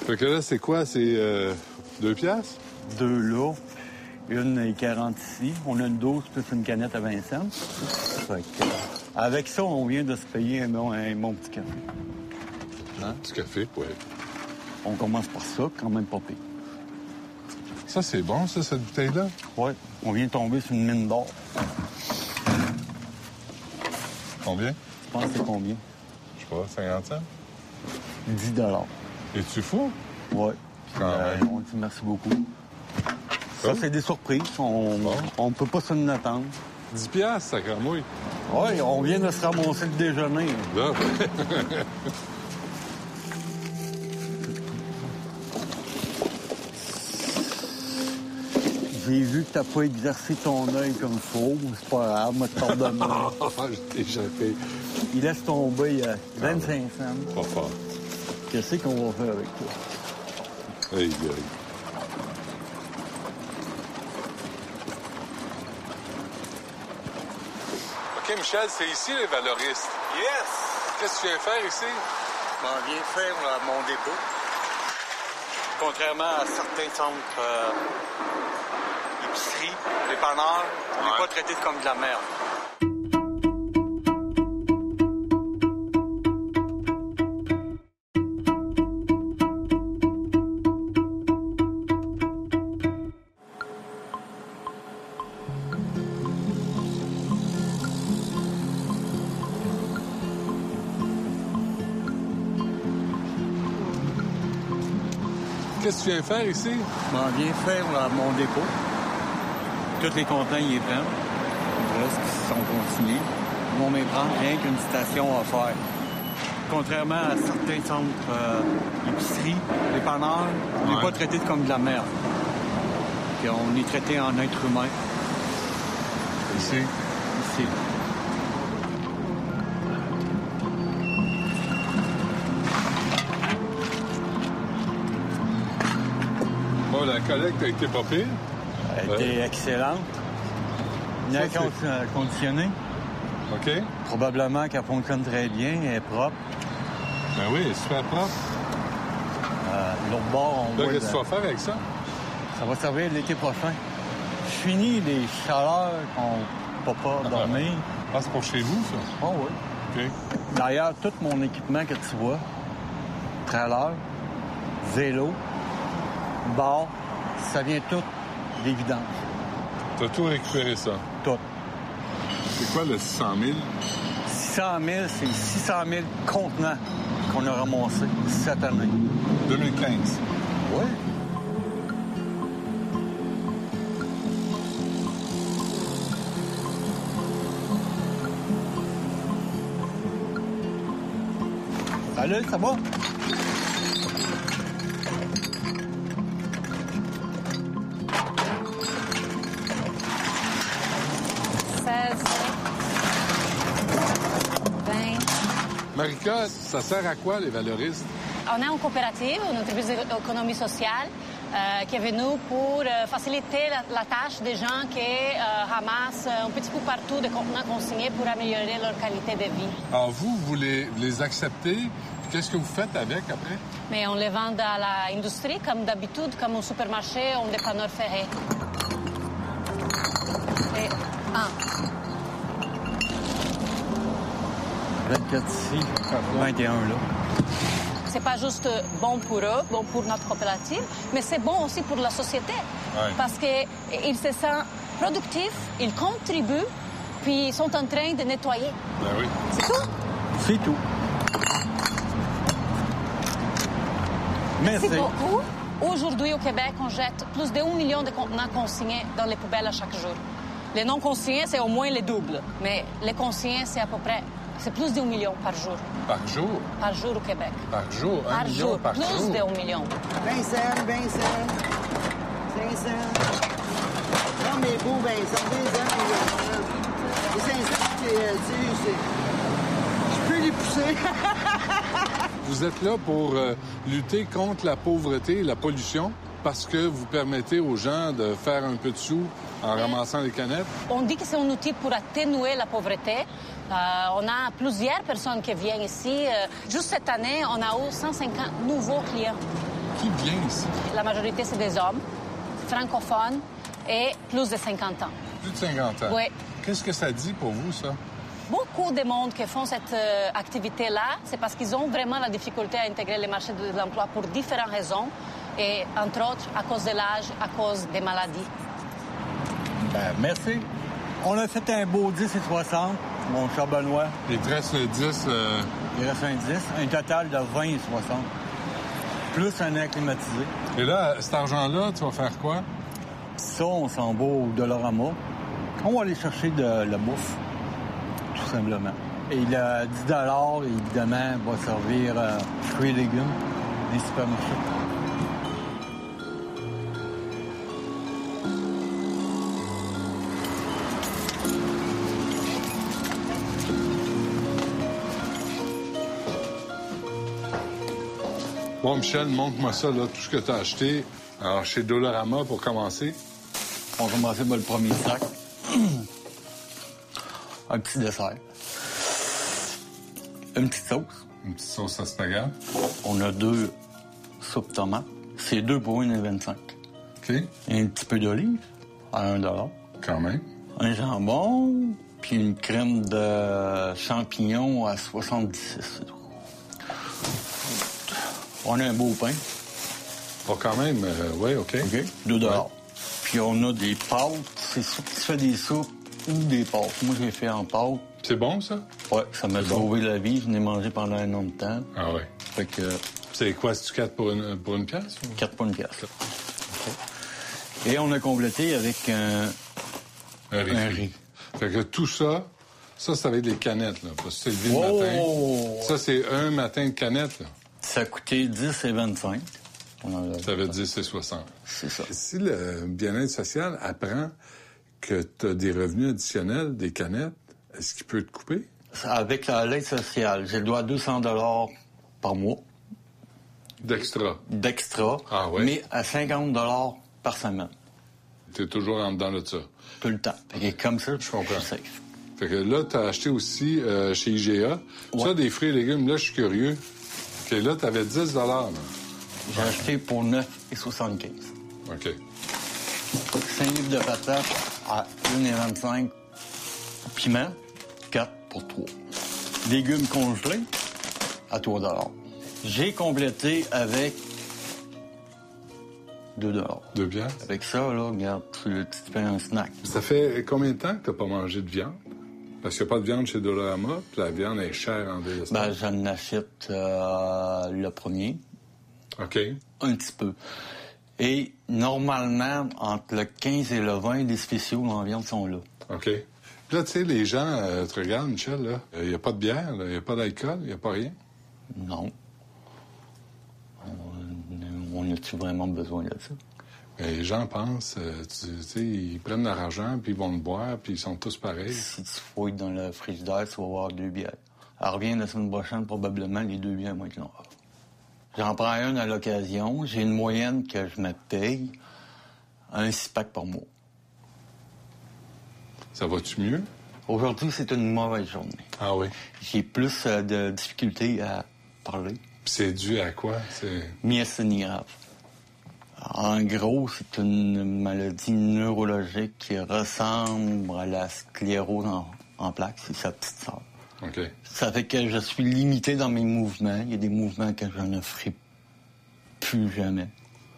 I: Fait que là, c'est quoi? C'est euh, 2 piastres?
E: Deux là. Une est 40 ici. On a une dose plus une canette à 20 cents. Fait que, euh, avec ça, on vient de se payer un bon, un bon petit café.
I: Du café, oui.
E: On commence par ça, quand même pas pire.
I: Ça, c'est bon, ça, cette bouteille-là?
E: Ouais. On vient de tomber sur une mine d'or.
I: Combien?
E: Tu penses que c'est combien?
I: Je sais pas, 50 cents?
E: 10 dollars.
I: Es-tu fou?
E: Ouais. Puis,
I: Ah
E: euh,
I: ouais.
E: on dit merci beaucoup. Ça, c'est des surprises. On
I: Bon.
E: on peut pas s'en attendre.
I: 10 piastres, ça cramouille.
E: Oui, on vient de se ramasser le déjeuner.
I: Là,
E: J'ai vu que t'as pas exercé ton œil comme faut. C'est pas grave, moi, je pardonne.
I: je t'ai échappé.
E: Il laisse tomber euh, 25 cents.
I: Ah Pas fort.
E: Qu'est-ce qu'on va faire avec ça?
I: Aïe, aïe. OK, Michel, c'est ici les valoristes.
J: Yes!
I: Qu'est-ce que tu viens faire ici?
J: Je m'en viens faire euh, mon dépôt. Contrairement à certains centres euh, épiceries, dépanneurs, on n'est pas traité comme de la merde.
I: Qu'est-ce que tu viens faire ici?
E: Je m'en viens faire euh, mon dépôt. Tous les contenants y prennent. Le reste qui sont consignés. Ils vont m'y prendre rien qu'une station à faire. Contrairement à certains centres euh, épiceries, dépanneurs, on n'est
I: Ouais.
E: pas traité comme de la merde. Puis on est traité en être humain
I: Ici.
E: ici.
I: Bon, Oh, la collecte a été pas pire.
E: Elle était excellente. Une
I: Ça,
E: air con-
I: c'est-
E: euh, conditionnée.
I: OK? Ben
E: Probablement qu'elle fonctionne très bien, elle est propre.
I: Ben oui, super propre.
E: Euh, L'autre bord, on
I: Là,
E: voit
I: qu'est-ce que tu
E: le-
I: vas faire avec ça?
E: ça va servir l'été prochain. Fini les chaleurs qu'on ne peut pas dormir.
I: Ah, c'est pour chez vous, ça?
E: Oh oui.
I: OK.
E: D'ailleurs, tout mon équipement que tu vois, trailer, vélo, bar, ça vient tout des vidanges.
I: T'as tout récupéré, ça.
E: Tout.
I: C'est quoi le 600 000?
E: 600 000, c'est 600 000 contenants qu'on a ramassés cette année.
I: 2015.
E: Oui. Salut, ça va?
I: Marika, ça sert à quoi, les valoristes?
K: On est en coopérative, une entreprise d'économie sociale. euh, qui est venu pour euh, faciliter la, la, tâche des gens qui euh, ramassent un petit peu partout des contenants consignés pour améliorer leur qualité de vie.
I: Alors Ah, vous, vous les, les acceptez. Qu'est-ce que vous faites avec après?
K: Mais on les vend à l'industrie comme d'habitude, comme au supermarché, on dépanneur ferré. Et ah, un.
E: 24 ici, 21 là.
K: C'est pas juste bon pour eux, bon pour notre coopérative, mais c'est bon aussi pour la société. Ouais. Parce qu'ils se sentent productifs, ils contribuent, puis ils sont en train de nettoyer.
I: Ben oui.
K: C'est tout?
E: C'est tout.
K: Merci. beaucoup. Aujourd'hui, au Québec, on jette plus de 1 million de contenants consignés dans les poubelles à chaque jour. Les non consignés, c'est au moins le double. Mais les consignés, c'est à peu près c'est plus d'un million par jour.
I: Par jour?
K: Par jour au Québec.
I: Par jour? Un
K: par
I: million
K: jour,
I: par
K: plus
I: jour?
K: Plus d'un million.
F: Vincent, Vincent, Vincent. Non, mais beau, Vincent, Vincent, Vincent, tu sais, je peux les pousser.
I: vous êtes là pour euh, lutter contre la pauvreté et la pollution parce que vous permettez aux gens de faire un peu de sous en Mais ramassant les canettes?
K: On dit que c'est un outil pour atténuer la pauvreté. Euh, on a plusieurs personnes qui viennent ici. Euh, juste cette année, on a eu 150 nouveaux clients.
I: Qui vient ici?
K: La majorité, c'est des hommes, francophones et plus de 50 ans.
I: Plus de 50 ans?
K: Oui.
I: Qu'est-ce que ça dit pour vous, ça?
K: Beaucoup de monde qui font cette euh, activité-là, c'est parce qu'ils ont vraiment la difficulté à intégrer les marchés de l'emploi pour différentes raisons et entre autres à cause de l'âge, à cause des maladies.
E: Ben, merci. On a fait un beau 10 et 60, mon cher Benoît.
I: Il te reste 10. Euh...
E: Il reste un 10, un total de 20 et 60. Plus un air climatisé.
I: Et là, cet argent-là, tu vas faire quoi?
E: Ça, on s'en va au Dollarama. On va aller chercher de la bouffe, tout simplement. Et le 10 évidemment, va servir euh, fruits et légumes des supermarchés.
I: Bon, Michel, montre-moi ça, là, tout ce que tu as acheté. Alors, chez Dollarama, pour commencer.
E: On va commencer par le premier sac. Un petit dessert. Une petite sauce.
I: Une petite sauce à spaghetti.
E: On a deux soupes tomates. C'est deux pour une et 25.
I: OK. Et
E: un petit peu d'olive à un dollar.
I: Quand même.
E: Un jambon, puis une crème de champignons à 76. On a un beau pain.
I: Pas oh, quand même, euh, oui, OK.
E: OK, 2 dollars. Ouais. Puis on a des pâtes. C'est sûr que tu fais des soupes ou des pâtes. Moi, j'ai fait en pâtes.
I: C'est bon, ça?
E: Oui, ça m'a sauvé bon. la vie. Je l'ai mangé pendant un an de temps.
I: Ah ouais.
E: Fait que... euh,
I: C'est quoi, c'est-tu 4 pour une, pour une pièce?
E: 4 pour une pièce. Okay. Et on a complété avec un...
I: Un riz. un riz. Fait que tout ça, ça, ça va être des canettes, là. Parce que c'est le
E: oh!
I: matin. Ça, c'est un matin de canettes, là.
E: Ça a coûté 10 et 25.
I: On a... Ça veut dire c'est 60.
E: C'est ça.
I: Si le bien-être social apprend que tu as des revenus additionnels, des canettes, est-ce qu'il peut te couper?
E: Avec l'aide sociale, j'ai le droit à 200 dollars par mois.
I: D'extra?
E: D'extra,
I: ah, ouais.
E: mais à 50 dollars par semaine.
I: Tu es toujours en dedans de ça?
E: Tout le temps. Et comme ça,
I: je comprends. Je fait que là, tu as acheté aussi euh, chez IGA. Ouais. Ça, des fruits et légumes, là, je suis curieux. OK, là, tu avais 10 là.
E: J'ai acheté pour 9,75
I: OK.
E: 5 livres de patates à 1,25 Piment, 4 pour 3. Légumes congelés à 3 J'ai complété avec 2
I: 2 bières?
E: Avec ça, là, regarde, tu, tu fais un snack.
I: Ça fait combien de temps que tu n'as pas mangé de viande? Parce qu'il n'y a pas de viande chez Dollarama, puis la viande est chère en délestage.
E: Ben, j'en achète euh, le premier.
I: OK.
E: Un petit peu. Et normalement, entre le 15 et le 20, les spéciaux en viande sont là.
I: OK. Là, tu sais, les gens euh, te regardent, Michel, là. Il euh, n'y a pas de bière, il n'y a pas d'alcool, il n'y a pas rien.
E: Non. On a-tu vraiment besoin de ça?
I: Mais les gens pensent, euh, tu sais, ils prennent leur argent, puis ils vont le boire, puis ils sont tous pareils.
E: Si tu fouilles dans le frigidaire, tu vas avoir deux bières. Elle revient la semaine prochaine, probablement, les deux bières vont être là. J'en prends une à l'occasion. J'ai une moyenne que je me paye. Un six pack par mois.
A: Ça va-tu mieux?
E: Aujourd'hui, c'est une mauvaise journée.
A: Ah oui.
E: J'ai plus euh, de difficultés à parler.
A: Puis c'est dû à quoi? C'est-
E: Myasthénie grave. En gros, c'est une maladie neurologique qui ressemble à la sclérose en, en plaques. C'est sa petite sœur.
A: OK.
E: Ça fait que je suis limité dans mes mouvements. Il y a des mouvements que je ne ferai plus jamais.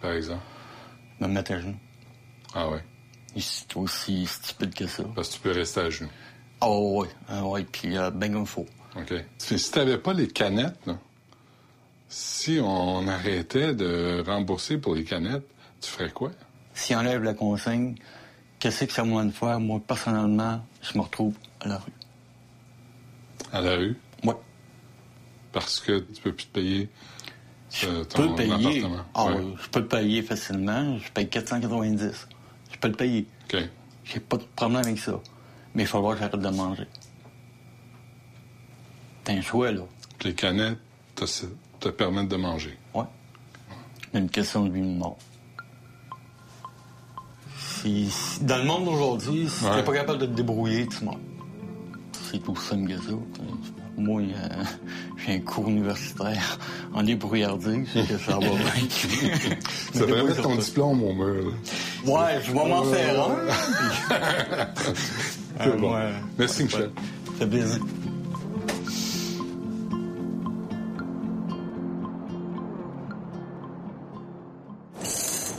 A: Par exemple.
E: Me mettre à genoux.
A: Ah oui.
E: Et C'est aussi stupide que ça.
A: Parce que tu peux rester à genoux.
E: Ah ouais, ah ouais, puis euh, ben comme faut.
A: OK. Si si t'avais pas les canettes, là, si on arrêtait de rembourser pour les canettes, tu ferais quoi?
E: S'il enlève la consigne, qu'est-ce que ça m'a de faire? Moi, personnellement, je me retrouve à la rue.
A: À la rue?
E: Ouais.
A: Parce que tu peux plus te payer euh,
E: Je peux
A: ton
E: le payer.
A: appartement.
E: Ah
A: Ouais.
E: oui, je peux le payer facilement. Je paye 490. Je peux le payer.
A: OK.
E: J'ai pas de problème avec ça. Mais il va falloir que j'arrête de manger. T'as un choix, là.
A: Puis Les canettes te, te permettent de manger.
E: C'est une question de vie ou de mort. Si- si- dans le monde d'aujourd'hui, si
A: Ouais.
E: t'es pas capable de te débrouiller, tu meurs. C'est tout simple que ça. Moi, euh, j'ai un cours universitaire en débrouillardise, c'est que ça va bien.
A: Ça devrait mettre ton diplôme au mur. là.
E: Ouais, je vais m'en faire hein. un.
A: C'est bon. Merci, Michel.
E: Ça fait plaisir.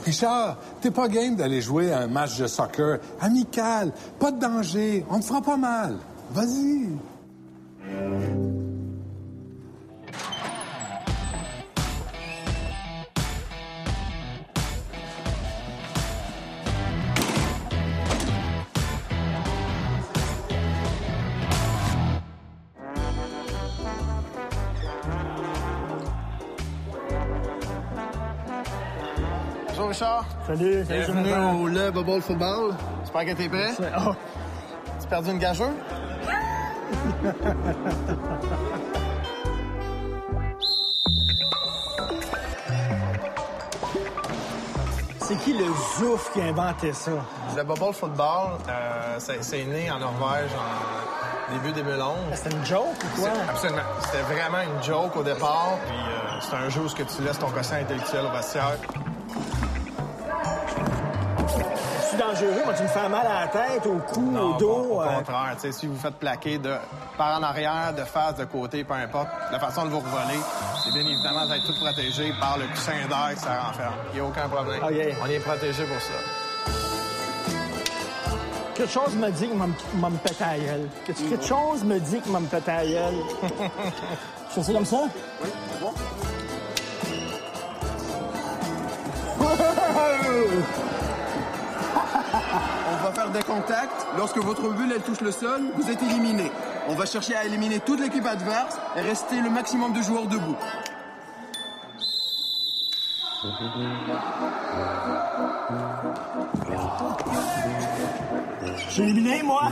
A: Richard, t'es pas game d'aller jouer à un match de soccer amical, pas de danger, on te fera pas mal. Vas-y.
G: Bonjour Richard.
B: Salut, salut,
G: Bienvenue
B: Jonathan.
G: au Le Bubble Football. J'espère que t'es prêt.
B: Oh,
G: T'as perdu une gageure?
B: c'est qui le zouf qui a inventé ça?
G: Le Bubble Football, euh, c'est c'est né en Norvège en début 2011.
B: C'est une joke ou quoi?
G: C'est- Absolument. C'était vraiment une joke au départ, puis euh, c'est un jeu où ce que tu laisses ton quotient intellectuel au vestiaire.
B: C'est dangereux, moi tu me fais mal à la tête, au cou,
G: Non,
B: au
G: bon,
B: dos.
G: au
B: euh,
G: contraire, tu sais, si vous faites plaquer de par en arrière, de face, de côté, peu importe, la façon de vous revoler, c'est bien évidemment d'être tout protégé par le coussin d'air que ça renferme. Il n'y a aucun problème.
B: OK.
G: On est protégé pour ça.
B: Quelque chose me dit qu'il m'a m'a me péter à la gueule. Que- Quelque chose me dit qu'il m'a me péter à la gueule. Je fais ça comme ça?
L: On va faire des contacts. Lorsque votre bulle elle touche le sol, vous êtes éliminé. On va chercher à éliminer toute l'équipe adverse et rester le maximum de joueurs debout.
B: J'ai éliminé, moi?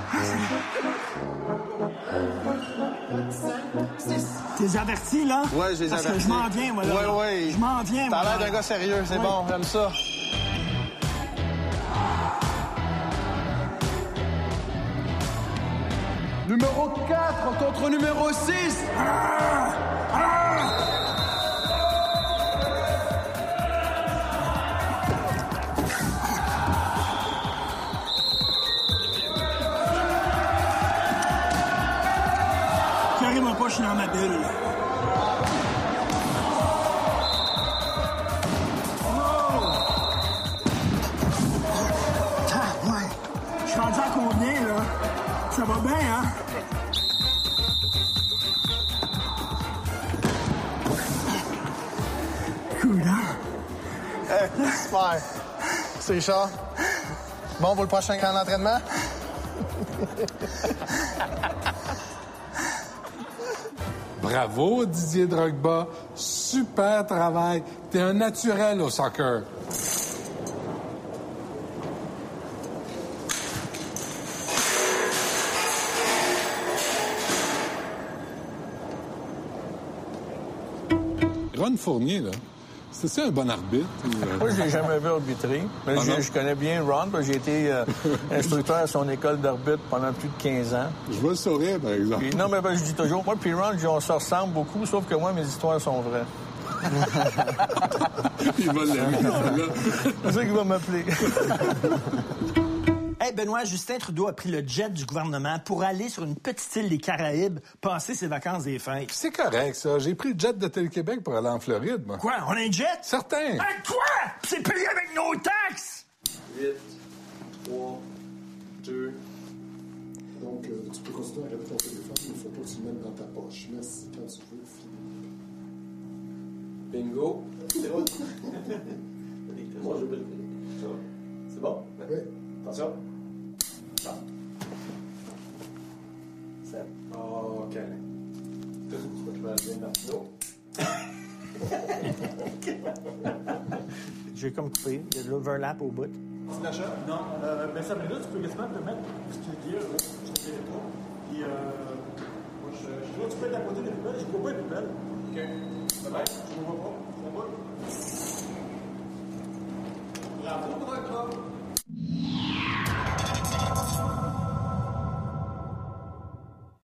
B: T'es averti, là?
G: Ouais, je les
B: Parce que
G: avertis.
B: je m'en viens, moi, là.
G: Ouais, ouais.
B: Je m'en viens, moi.
G: T'as l'air d'un gars sérieux, c'est
B: Ouais.
G: bon, j'aime ça.
L: Numéro 4 contre numéro 6.
B: Carrément pas, je suis dans ma bulle. Oh! Ah, ouais. Je suis rendu à combien, là? Ça va bien, hein? Cool, hein?
G: Hey, super. C'est Richard. Bon pour le prochain camp d'entraînement?
A: Bravo, Didier Drogba. Super travail. T'es un naturel au soccer. Ron Fournier, là, c'est ça un bon arbitre? ou,
E: Moi,
A: euh?
E: je l'ai jamais vu arbitrer. Mais
A: Ah
E: je,
A: non?
E: je connais bien Ron. parce que J'ai été euh, instructeur à son école d'arbitre pendant plus de 15 ans.
A: Je vois le sourire, par exemple.
E: Puis, non, mais ben, je dis toujours, moi puis Ron, je- on se ressemble beaucoup, sauf que moi, mes histoires sont vraies.
A: Il va l'aimer.
E: C'est ça qu'il va m'appeler.
B: Hey Benoît, Justin Trudeau a pris le jet du gouvernement pour aller sur une petite île des Caraïbes passer ses vacances des fêtes.
A: C'est correct, ça. J'ai pris le jet de Télé-Québec pour aller en Floride, moi.
B: Quoi? On a un jet?
A: Certain.
B: Avec quoi? Puis C'est payé avec nos taxes!
M: 8, 3, 2. Donc, euh, tu peux continuer à regarder ton téléphone, mais il ne faut pas que tu le mettes dans ta poche. Merci, quand tu veux, Philippe.
N: Bingo. Moi, je vais le C'est bon? Oui. Attention. Ça. Sept. OK. Je vais aller dans
B: J'ai comme coupé. Il y a de l'overlap au bout.
O: Petit achat? Non. Euh, ben, ça, mais là, tu peux quasiment te mettre ce que tu dis, là, sur tes écrans. Puis, euh, moi, je, je vois, tu peux être à côté des poubelles. Je ne vois pas les poubelles. OK. Ça va? Je ne vois pas. Ça va? Bravo, Drogba.